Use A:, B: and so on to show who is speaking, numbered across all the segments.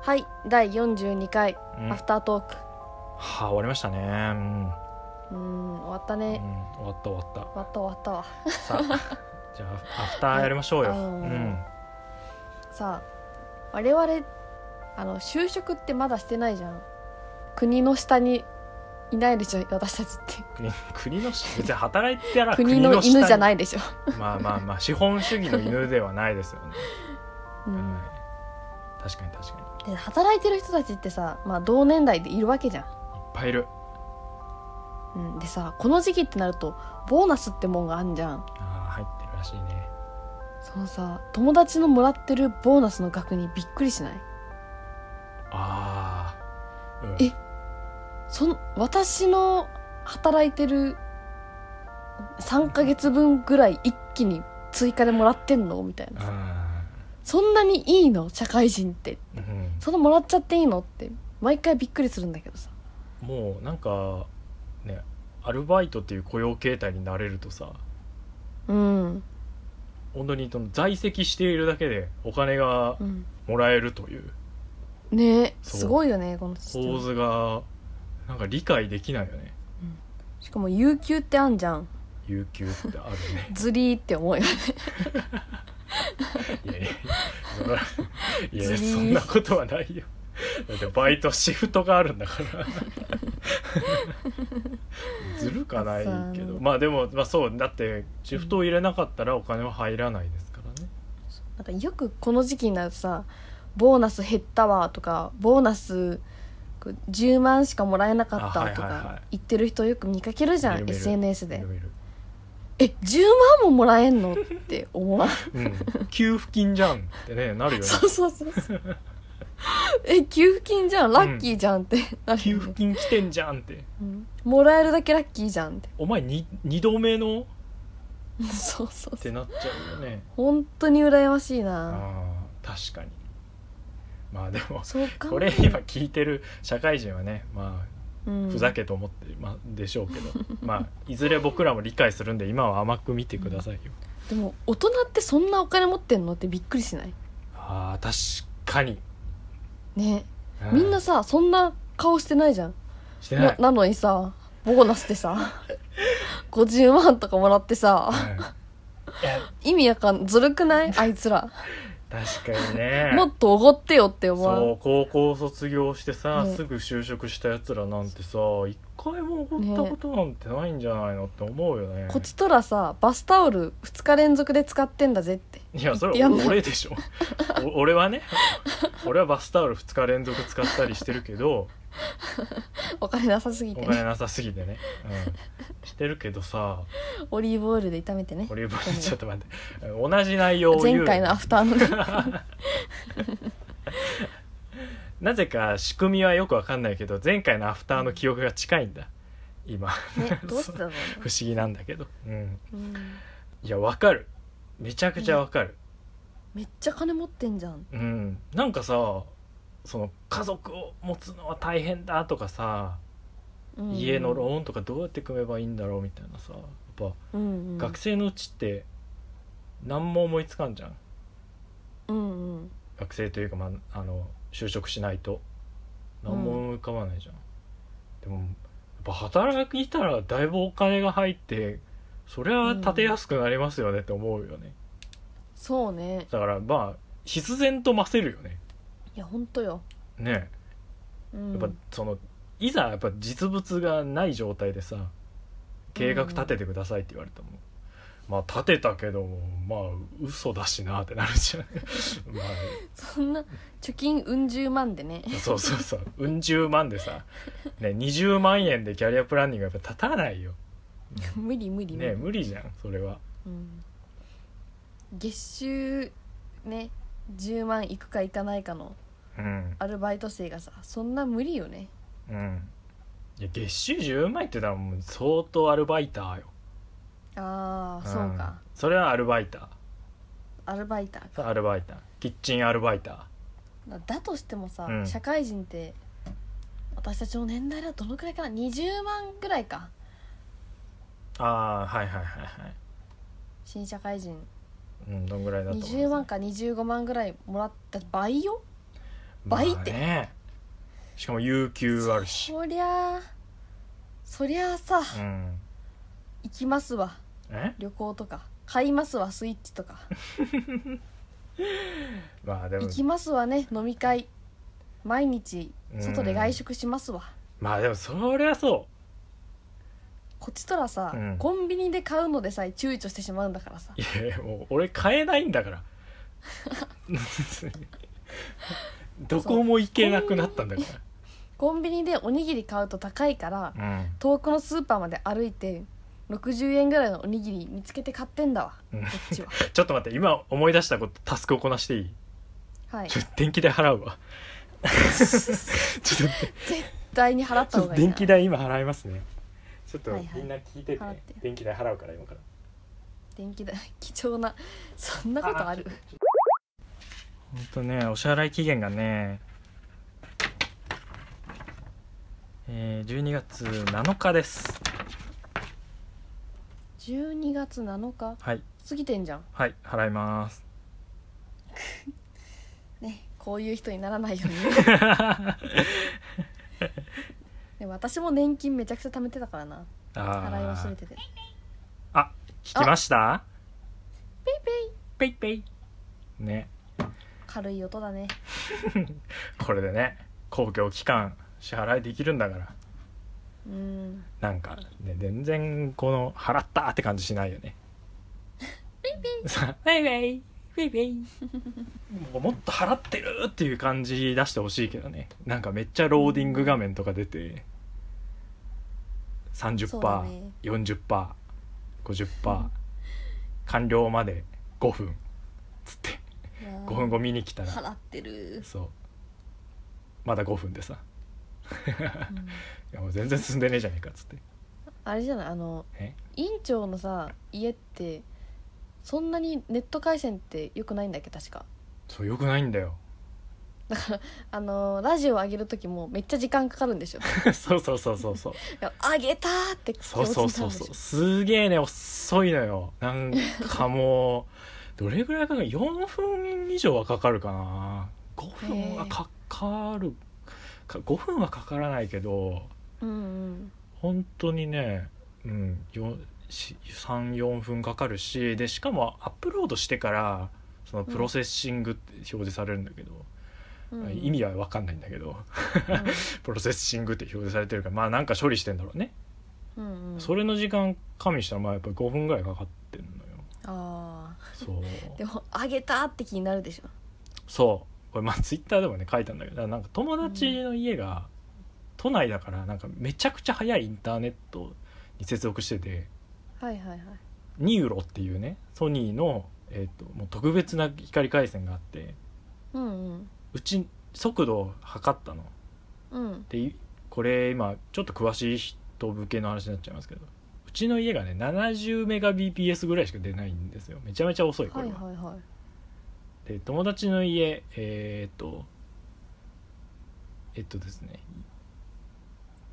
A: はい第42回
B: うん
A: アフタートーク
B: はあ終わりましたねうん、
A: うーん終わった
B: うん
A: ね、
B: 終わった終わっ
A: 終わった終わったわ
B: たさあじゃあアフターやりましょうよ、
A: はいあ
B: う
A: のー
B: ん
A: さあ我々あの就職ってまだしてないじゃん国の下にいないでしょ私たちって
B: 国国のし別に働いてたら
A: 国の犬じゃないいでしょ、
B: まあまあまあ資本主義の犬ではないですよね、
A: う
B: うん
A: ん、
B: 確かに確かにい
A: で
B: っ
A: 働いてる人たちってさ、まあ、同年代でいるわけじゃ
B: ぱいいる
A: ん、うん、でさこの時期ってなるとボーナスってもんがあんじゃん
B: ああ入ってるらしいね
A: そのさ友達のもらってるボーナスの額にびっくりしない
B: ああ、うん、
A: えそん私の働いてる3ヶ月分ぐらい一気に追加でもらってんのみたいな
B: あ
A: そんなにいいの社会人って
B: ーうん
A: そんなもらっちゃっていいのって毎回びっくりするんだけどさ
B: もうなんかねアルバイトっていう雇用形態になれるとさ
A: うん、
B: 本当にその在籍しているだけでお金が
A: うん、
B: もらえるという
A: ねえ
B: そう
A: すごいよねこのシステ
B: 構
A: ム
B: 図がなんか理解できないよね
A: しかも有給ってあんじゃん
B: 有給ってある ね
A: ずりーって思うよね
B: いやいやそらいや
A: ずりー
B: そんなことはないよだってバイトシフトがあるんだから ずるかないけ
A: そ
B: ど
A: う
B: まあでも、まあ、そうだってシフトを入れなかったらお金は入らないですからね
A: なんかよくこの時期になるとさボーナス減ったわとかボーナスこう10万しかもらえなかったわと
B: あはいはいは
A: か
B: い
A: 言ってる人よく見かけるじゃ
B: 見る
A: ん
B: 見る
A: SNS
B: い
A: で
B: ろいろ
A: え10万ももらえんのって思 わん
B: うん、給付金じゃんってねなるよね
A: そうそうそうそうえ給付金じゃんラッキーじゃんってなる
B: 給
A: よ
B: 付
A: ね、
B: 金来てんじゃんって
A: うんもらえるだけラッキーじゃんって
B: お前 2, 二度目の
A: そうそうそ
B: って
A: う
B: なっちゃうよね
A: 本当に羨ましいな
B: あー確かにまあでも
A: そうか
B: これ今聞いてる社会人はねまあふざけと思って、まあ、でしょうけどまあいずれ僕らも理解するんで今は甘く見てくださいよ、
A: でも大人ってそんなお金持ってんのってびっくりしない
B: あー確かに、
A: ね
B: う
A: みんなさそんな顔してないじゃん
B: してな、
A: ないなのにさボーナスで さ50万とかもらってさ
B: うんいや
A: 意味やかんずるくないあいつら
B: 確かにね
A: もっとおごってよって思わん
B: そう高校卒業してさ、
A: ね
B: すぐ就職したやつらなんてさ一回も怒ったことなんてないんじゃないのって思うよね
A: こっちとらさバスタオル2日連続で使ってんだぜって
B: いやそれ
A: 言ってやんない
B: 俺でしょお俺はね俺はバスタオル2日連続使ったりしてるけど
A: お金なさすぎ
B: お
A: て
B: 金
A: ね
B: なさすぎてね、うん、してるけどさ
A: オリーブオイルで炒めてね
B: 俺今ちょっと待って同じ内容を言う
A: 前回のアフターのね
B: なぜか仕組みはよくわかんないけど前回のアフターの記憶が近いんだ今
A: ねどうしてだろうね
B: 不思議なんだけどうん
A: うん
B: いやわかるめちゃくちゃわかる、
A: めっちゃ金持ってんじゃん
B: うん、なんかさその家族を持つのは大変だとかさ、
A: うん
B: 家のローンとかどうやって組めばいいんだろうみたいなさやっぱ
A: うんうん
B: 学生のうちって何も思いつかんじゃん
A: うんうん
B: 学生というか、まあ、あの就職しないと何も思い浮かばないじゃん、でもやっぱ働いたらだいぶお金が入ってそりゃ建てやすくなりますよねって思うよね、
A: そうね
B: だからまあ必然と増せるよね
A: いやほんとよ
B: ねえ
A: うん
B: やっぱそのいざやっぱ実物がない状態でさ計画立ててくださいって言われても、まあ立てたけどまあ嘘だしなってなるじゃん ま
A: そんな貯金うん十万でね
B: あそうそうそううん十万でさ、ね、20万円でキャリアプランニングやっぱ立たないよ、
A: 無理無理無理
B: ね、無理じゃんそれは
A: うん、月収ね10万いくかいかないかの
B: うん
A: アルバイト生がさそんな無理よね
B: うんいや月収10万円って言ったらもう相当アルバイターよ
A: ああそうか、
B: んそれはアルバイター
A: アルバイター
B: それはアルバイターキッチンアルバイター
A: だだとしてもさ、
B: うん
A: 社会人って私たちの年代だとどのくらいかな20万ぐらいか
B: ああはいはいはいはい
A: 新社会人
B: うん、どんぐらいだと思います
A: 20万か25万ぐらいもらった倍よ倍って、
B: まあねしかも有給あるし
A: そりゃあそりゃあさ、
B: うん
A: 行きますわ
B: え
A: 旅行とか買いますわスイッチと か
B: まあで
A: 行
B: も
A: きますわね飲み会毎日外で外食しますわ、
B: まあでもそりゃそ
A: こっちとらさ、
B: うん
A: コンビニで買うのでさえ躊躇してしまうんだからさ
B: ういやいやもう俺買えないん だからどこも行けなくなったんだか
A: コンビニでおにぎり買うと高いから
B: ら
A: 遠くのスーパーまで歩いて60円ぐらいのおにぎり見つけて買ってんだわこ
B: うん
A: っ ちは
B: ちょっと待って今思い出したことタスクをこなしていい
A: はい
B: ちょっと電気代払う わちょっと
A: 絶対に払っ
B: ち
A: た
B: ょっ
A: 方
B: と
A: がいい
B: 電
A: な
B: 気代今払いますねちょっと
A: はいはい
B: みんな聞いてて、
A: 払って
B: 電気代払うから今から
A: 電気代貴重なそんなことある
B: ほんとねお支払い期限がねえー、12月7日です
A: 12月7日
B: はい
A: 過ぎてんじゃん
B: はい払います
A: ねこういう人にならないように
B: あ
A: でも私も年金めちゃくちゃ貯めてたからな払い忘
B: ー
A: れてて
B: あ聞きました
A: ペイペイ
B: ペイペイね
A: 軽い音だね
B: これでね公共機関支払いできるんだから
A: うん
B: なんか、ね、全然この払ったって感じしないよ ねさあベイベイベイベイもうもっと払ってるっていう感じ出してほしいけどねなんかめっちゃローディング画面とか出て
A: そうだね
B: 30%40%50%、50%完了まで5分つって
A: いやー
B: 5分後見に来たら
A: 払ってる、
B: そうまだ5分でさ
A: うん
B: いやもう全然進んでねえじゃねえかっつって
A: あれじゃないあの
B: え
A: 院長のさ家ってそんなにネット回線ってよくないんだっけ確か
B: そうよくないんだよ
A: あのラジオ上げる時もめっちゃ時間かかるんで しょい
B: そうそうそうそうそう
A: や上げたーって気持ち
B: そう
A: になる
B: そ
A: ん
B: う
A: でし
B: そ
A: ょ
B: うそうすげえね遅いのよなんかもう どれぐらいかかる4分以上はかかるかな5分はかかるか5分はかからないけど
A: うんうん
B: 本当にねうん34分かかるしでしかもアップロードしてからそのプロセッシングって表示されるんだけど、
A: うんうん
B: 意味は分かんないんだけど
A: う
B: プロセッシングって表示されてるからまあなんか処理してんだろうね
A: んうんうん
B: それの時間加味したらまあやっぱり5分ぐらいかかってんのよ
A: あ
B: そ
A: ー
B: う
A: でも上げたーって気になるでしょ
B: そうこれまあツイッターでもね書いたんだけどなんか友達の家が都内だからなんかめちゃくちゃ早いインターネットに接続してて
A: はいはいはい
B: ニウロっていうねソニーの、えー、ともう特別な光回線があって
A: うんうん
B: うち速度を測ったの
A: うん
B: でいこれ今ちょっと詳しい人向けの話になっちゃいますけどうちの家がね 70Mbps ぐらいしか出ないんですよめちゃめちゃ遅いこ
A: は
B: れ
A: い
B: は、
A: はいはい
B: で友達の家えーっとえっとですね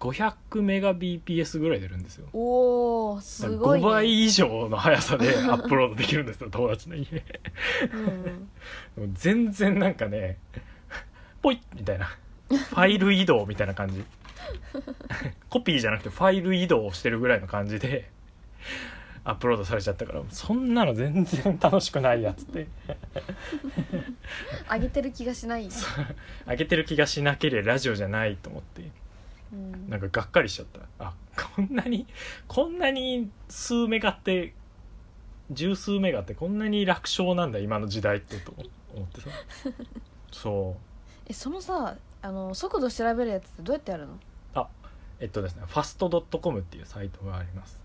B: 500Mbps ぐらい出るんですよ
A: おおすごい、ね、
B: 5倍以上の速さで アップロードできるんですよ友達の家で
A: うんうん、
B: も全然なんかねポイッみたいなファイル移動みたいな感じコピーじゃなくてファイル移動をしてるぐらいの感じでアップロードされちゃったからそんなの全然楽しくないやつって
A: 上げてる気がしない、
B: 上げてる気がしなければラジオじゃないと思って
A: うん
B: なんかがっかりしちゃったあこんなにこんなに数メガって十数メガってこんなに楽勝なんだ今の時代ってと 思ってさそう
A: えそのさあの速度調べるやつってどうやってやるの
B: えっとですねファストドットコムっていうサイトがあります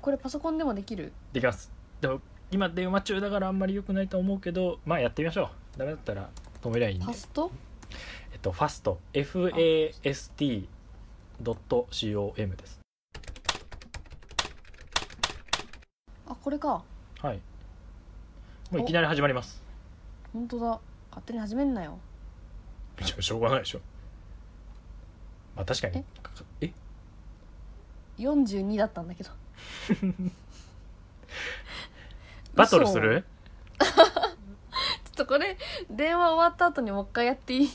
A: これパソコンでもできる
B: できますでも今電話中だからあんまり良くないと思うけどまあやってみましょうダメだったら止めりゃいいんで
A: パスト
B: えっとファスト FAST ドット COM です
A: あこれか
B: はいもういきなり始まります
A: 本当だ勝手に始めんなよ
B: いやしょうがないでしょまあ確かにかかえ
A: 42だったんだけど
B: バトルする
A: ちょっとこれ電話終わった後にもう一回やっていい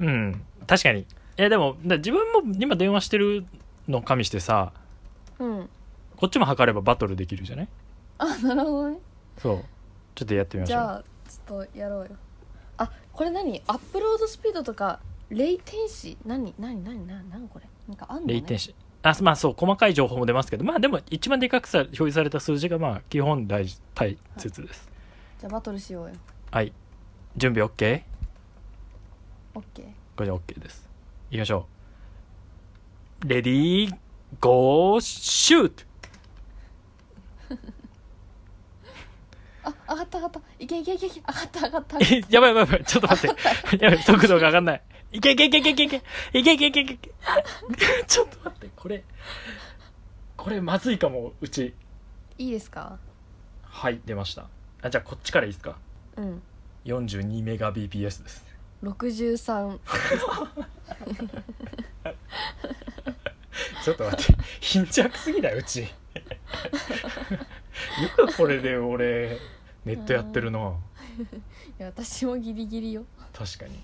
B: うん確かにいやでもだ自分も今電話してるのを加味してさ
A: うん
B: こっちも測ればバトルできるじゃない
A: あなるほどね
B: そうちょっとやってみまし
A: じ
B: ょう
A: ゃあちょっとやろうよあこれ何アップロードスピードとかレイテンシー何何何何何これなんかあんの、ね、
B: レイテンシーあまあそう細かい情報も出ますけどまあでも一番でかくさ表示された数字がまあ基本大事大切です
A: じゃあバトルしようよ
B: はい、準備 OK?
A: オッケー
B: これで OK ですいきましょうレディーゴーシュート
A: あ上がった上がったいけいけいけいけ上がった上が った
B: えやばいやばいやばいちょっと待 ってやばい速度が上がんないいけいけいけいけいけいけいけいけいけいけちょっと待ってこれこれまずいかもうち
A: いいですか
B: はい出ましたあじゃあこっちからいいですか
A: うん
B: 42メガ BPS です
A: 63
B: ちょっと待って貧弱すぎないうち よくこれで俺ネットやってるない
A: や私もギリギリよ
B: 確かに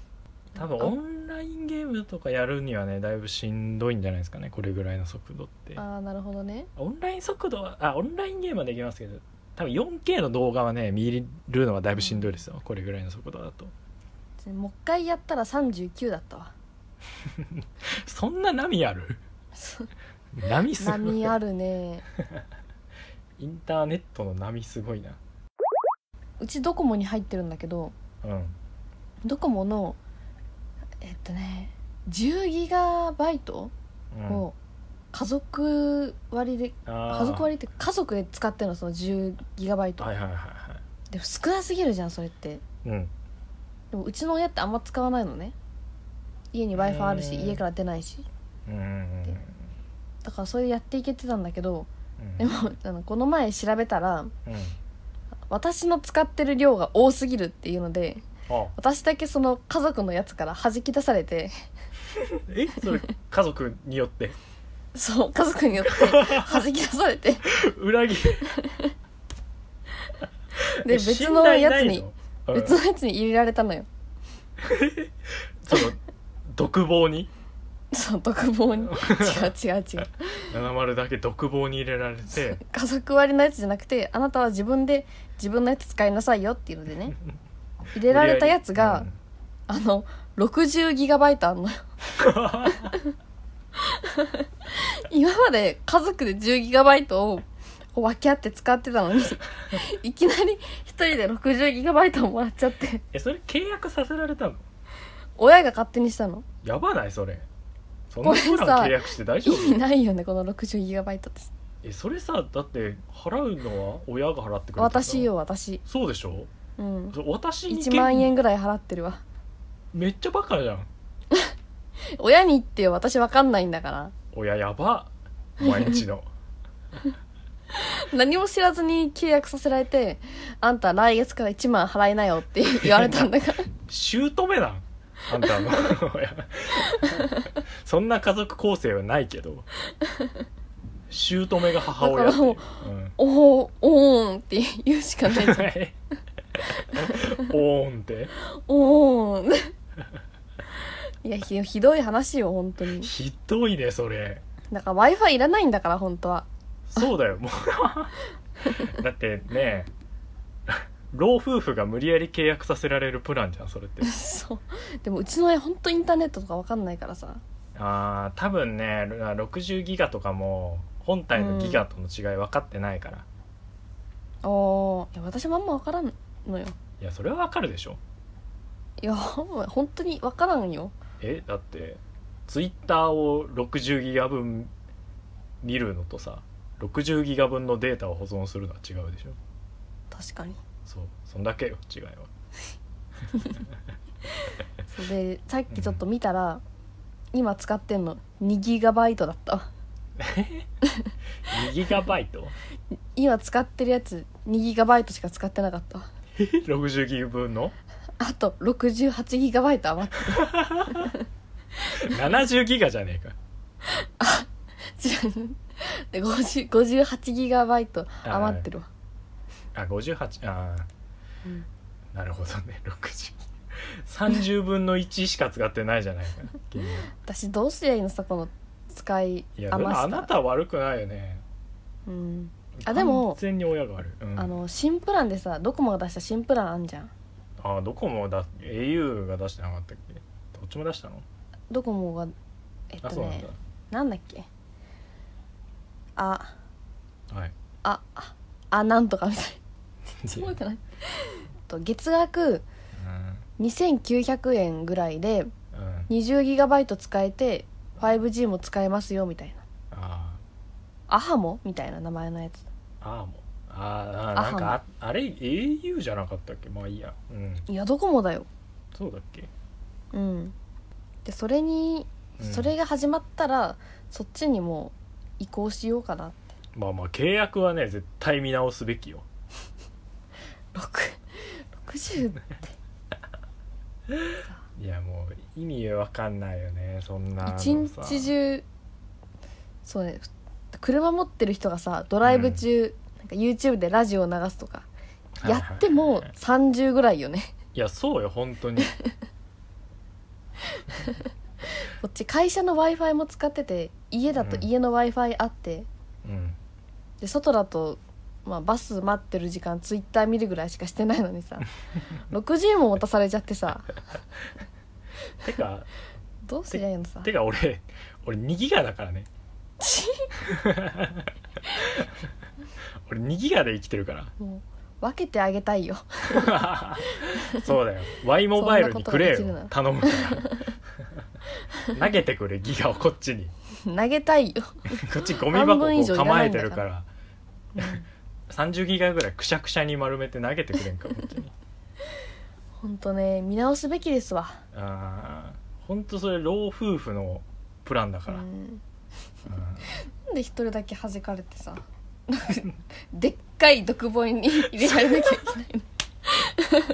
B: 多分オンラインゲームとかやるにはねだいぶしんどいんじゃないですかねこれぐらいの速度って
A: ああなるほどね
B: オンライン速度はあオンラインゲームはできますけど多分 4K の動画はね見るのはだいぶしんどいですよこれぐらいの速度だと
A: もう一回やったら39だった わ
B: そんな波 ある波すごい
A: 波あるね
B: インターネットの波すごいな
A: うちドコモに入ってるんだけど
B: うん
A: ドコモのえっとね10ギガバイト
B: うん
A: を家族割りで、
B: あ
A: 家族
B: ー
A: 割りっていうか家族で使ってるのその10ギガバイト、
B: はいはいはいは
A: でも少なすぎるじゃんそれって
B: いうん
A: でもうちの親ってあんま使わないのね家に w i f i あるし
B: へー
A: 家から出ないし
B: うんうんうん
A: だからそれでやっていけてたんだけど
B: うん
A: で もあのこの前調べたら
B: うん
A: 私の使ってる量が多すぎるっていうので
B: あ
A: 私だけその家族のやつから弾き出されて
B: えそれ家族によって
A: そう家族によって弾き出されて
B: 裏切
A: で
B: え
A: 別のやつに、
B: 信頼ないの
A: 別のやつに入れられたのよ
B: うんその独房に
A: そう独房に違う違う違う
B: 70だけ独房に入れられて
A: 家族割のやつじゃなくてあなたは自分で自分のやつ使いなさいよっていうのでね入れられたやつが、あの60ギガバイトあんのよ 今まで家族で10ギガバイトをこう分け合って使ってた のにいきなり一人で60ギガバイトをもらっちゃって
B: えそれ契約させられたの
A: 親が勝手にしたの
B: やばないそれそんなプラン契約して大
A: 意
B: 丈夫
A: 味ないよねこの60ギガバイトって
B: えそれさだって払うのは親が払ってくれてたの
A: 私よ私
B: そうでしょ
A: うん
B: そ私に
A: 1万円ぐらい払ってるわ
B: めっちゃバカじゃん
A: 親に言ってよ私わかんないんだから
B: 親やば毎 日の
A: 何も知らずに契約させられてあんた来月から1万払いなよって 言われたんだから
B: 姑なんあんたの そんな家族構成はないけど姑が母親ってい
A: だ
B: う
A: か
B: うん
A: おーおーんって言うしかないじゃん
B: おーん って
A: おーんいやひひどい話よ本当に
B: ひどいねそれ
A: だから w i f i いらないんだから本当は
B: そうだよもうだってね老夫婦が無理やり契約させられるプランじゃんそれって
A: そうでもうちの親本当インターネットとかわかんないからさ
B: あー多分ね60ギガとかも本体のギガとの違い分かってないから、
A: おーいや私もあんまわからんのよ
B: いやそれは分かるでしょ
A: いや本当にわからんよ
B: えだってツイッターを60ギガ分見るのとさ60ギガ分のデータを保存するのは違うでしょ
A: 確かに
B: そうそんだけよ違いは
A: そうでさっきちょっと見たら、今使ってんの 2GB だったわ
B: 2ギガバイト
A: 今使ってるやつ 2GB しか使ってなかったわ
B: 60ギガ分の
A: あと 68GB 余って
B: 70ギガじゃねえか
A: 違うで50 58GB 余ってるわ、
B: あ58あー
A: うん
B: なるほどね60 30分の1しか使ってないじゃない か金額
A: 私どうすりゃいいのさこの使い
B: いやで
A: 余
B: も
A: した
B: あなたは悪くないよね
A: うん、あでも
B: 完全に親が悪い、うん、
A: あの新プランでさドコモが出した新プランあんじゃん
B: あどこもだ au が出してなかったっけどっちも出したの、
A: ドコモがえっと
B: あそうなん
A: ね
B: だ
A: なんだっけあ
B: はい
A: あああなんとかみたいな覚えてないと月額2900円ぐらいで
B: うん、うん、
A: 20ギガバイト使えて 5G も使えますよみたいな
B: あ
A: アハモみたいな名前のやつ
B: ーあーもうあーあーなんかああれ au じゃなかったっけまあいいやうん
A: いやドコモだよ
B: そうだっけ、
A: うんでそれに
B: うん
A: それが始まったら、そっちにもう移行しようかなって
B: まあまあ契約はね絶対見直すべきよ
A: 60って
B: いやもう意味わかんないよねそんなのさ
A: 一日中そうねふ車持ってる人がさドライブ中、なんか YouTube でラジオを流すとか
B: はいはいはい
A: やっても30ぐらいよね
B: いやそうよ本 当に
A: こっち会社の w i f i も使ってて家だと
B: うん
A: 家の w i f i あって
B: うん
A: で外だと、まあ、バス待ってる時間 Twitter 見るぐらいしかしてないのに さ60も渡されちゃってさ
B: てか
A: どうすりゃいいのさ
B: てか俺俺2ギガだからね 俺2ギガで生きてるから
A: もう分けてあげたいよ
B: そうだよ Y モバイルにくれ
A: そんな
B: よ
A: こ
B: 頼むか ら投げてくれギガをこっちに
A: 投げたいよ、
B: こっちゴミ箱
A: 半分以上
B: を
A: いらな
B: 構
A: い
B: え
A: ん
B: て
A: だから
B: るから30ギガぐらいくしゃくしゃに丸めて投げてくれんかこっちに
A: ほんとね見直すべきですわ
B: あーほんとそれ老夫婦のプランだか
A: う
B: ら、うん
A: んなんで一人だけ弾かれてさ でっかい独房に入れられなきゃいけ ない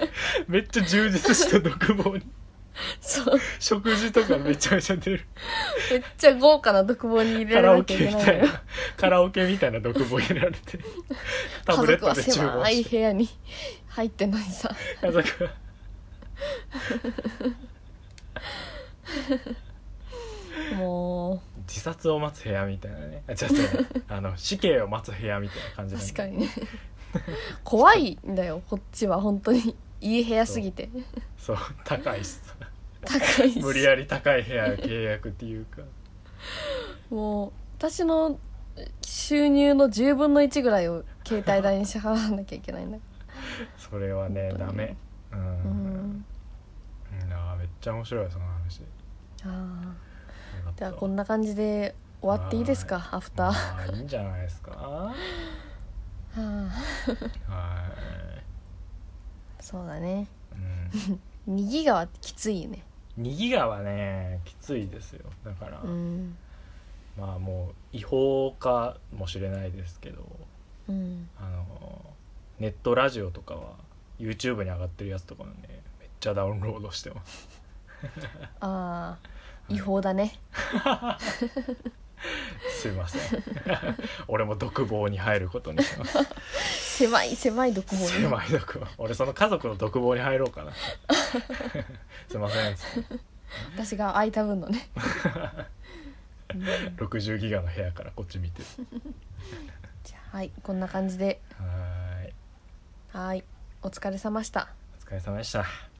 A: の
B: めっちゃ充実した独房に
A: そう
B: 食事とかめちゃめちゃ出る
A: めっちゃ豪華な独房に 入れ
B: カ
A: ら
B: ラ
A: れな
B: オ
A: きゃ
B: ケ
A: い
B: み
A: けない
B: たい
A: のよ
B: なカラオケみたいな独房入れられて タ
A: 家
B: ブレッ
A: 族
B: ト
A: は
B: で注文
A: 狭い
B: して
A: 部屋に入ってんのにさ
B: 家族は
A: も
B: 自殺を待つ部屋みたいなねあ違う違う あの死刑を待つ部屋みたいな感
A: う
B: じ
A: 確か
B: に
A: にね怖いんだよこっちは本当にいい部屋すぎて
B: そう高いし さ
A: 高いし
B: 無理やり高い部屋契約っていうか
A: もう私の収入の10分の1ぐらいを携帯代に支払わなきゃいけないんだ
B: それはね
A: 本当に
B: ダメう
A: うんん
B: うんあーめっちゃ面白いその話よ
A: あ
B: かっ
A: ーで
B: た
A: はこんな感じで終わっていいですかアフター
B: ま
A: は
B: あいいんじゃないですかは
A: あそうだね
B: い、うん
A: 2ギガはきついよね
B: 2ギガはねきついですよだから、
A: うん
B: まあもう違法かもしれないですけど
A: うん
B: あのネットラジオとかは YouTube に上がってるやつとかもねめっちゃダウンロードしてます
A: ああ違法だね
B: すいませ ん俺も独房に入ることにします
A: 狭い狭い独房に
B: 狭い独房俺その家族の独房に入ろうか なすいません
A: 私が空いた分のねうん
B: 60ギガの部屋からこっち見てる
A: じゃあはいこんな感じで
B: はーい
A: はいお疲れ様でした
B: お疲れ様でした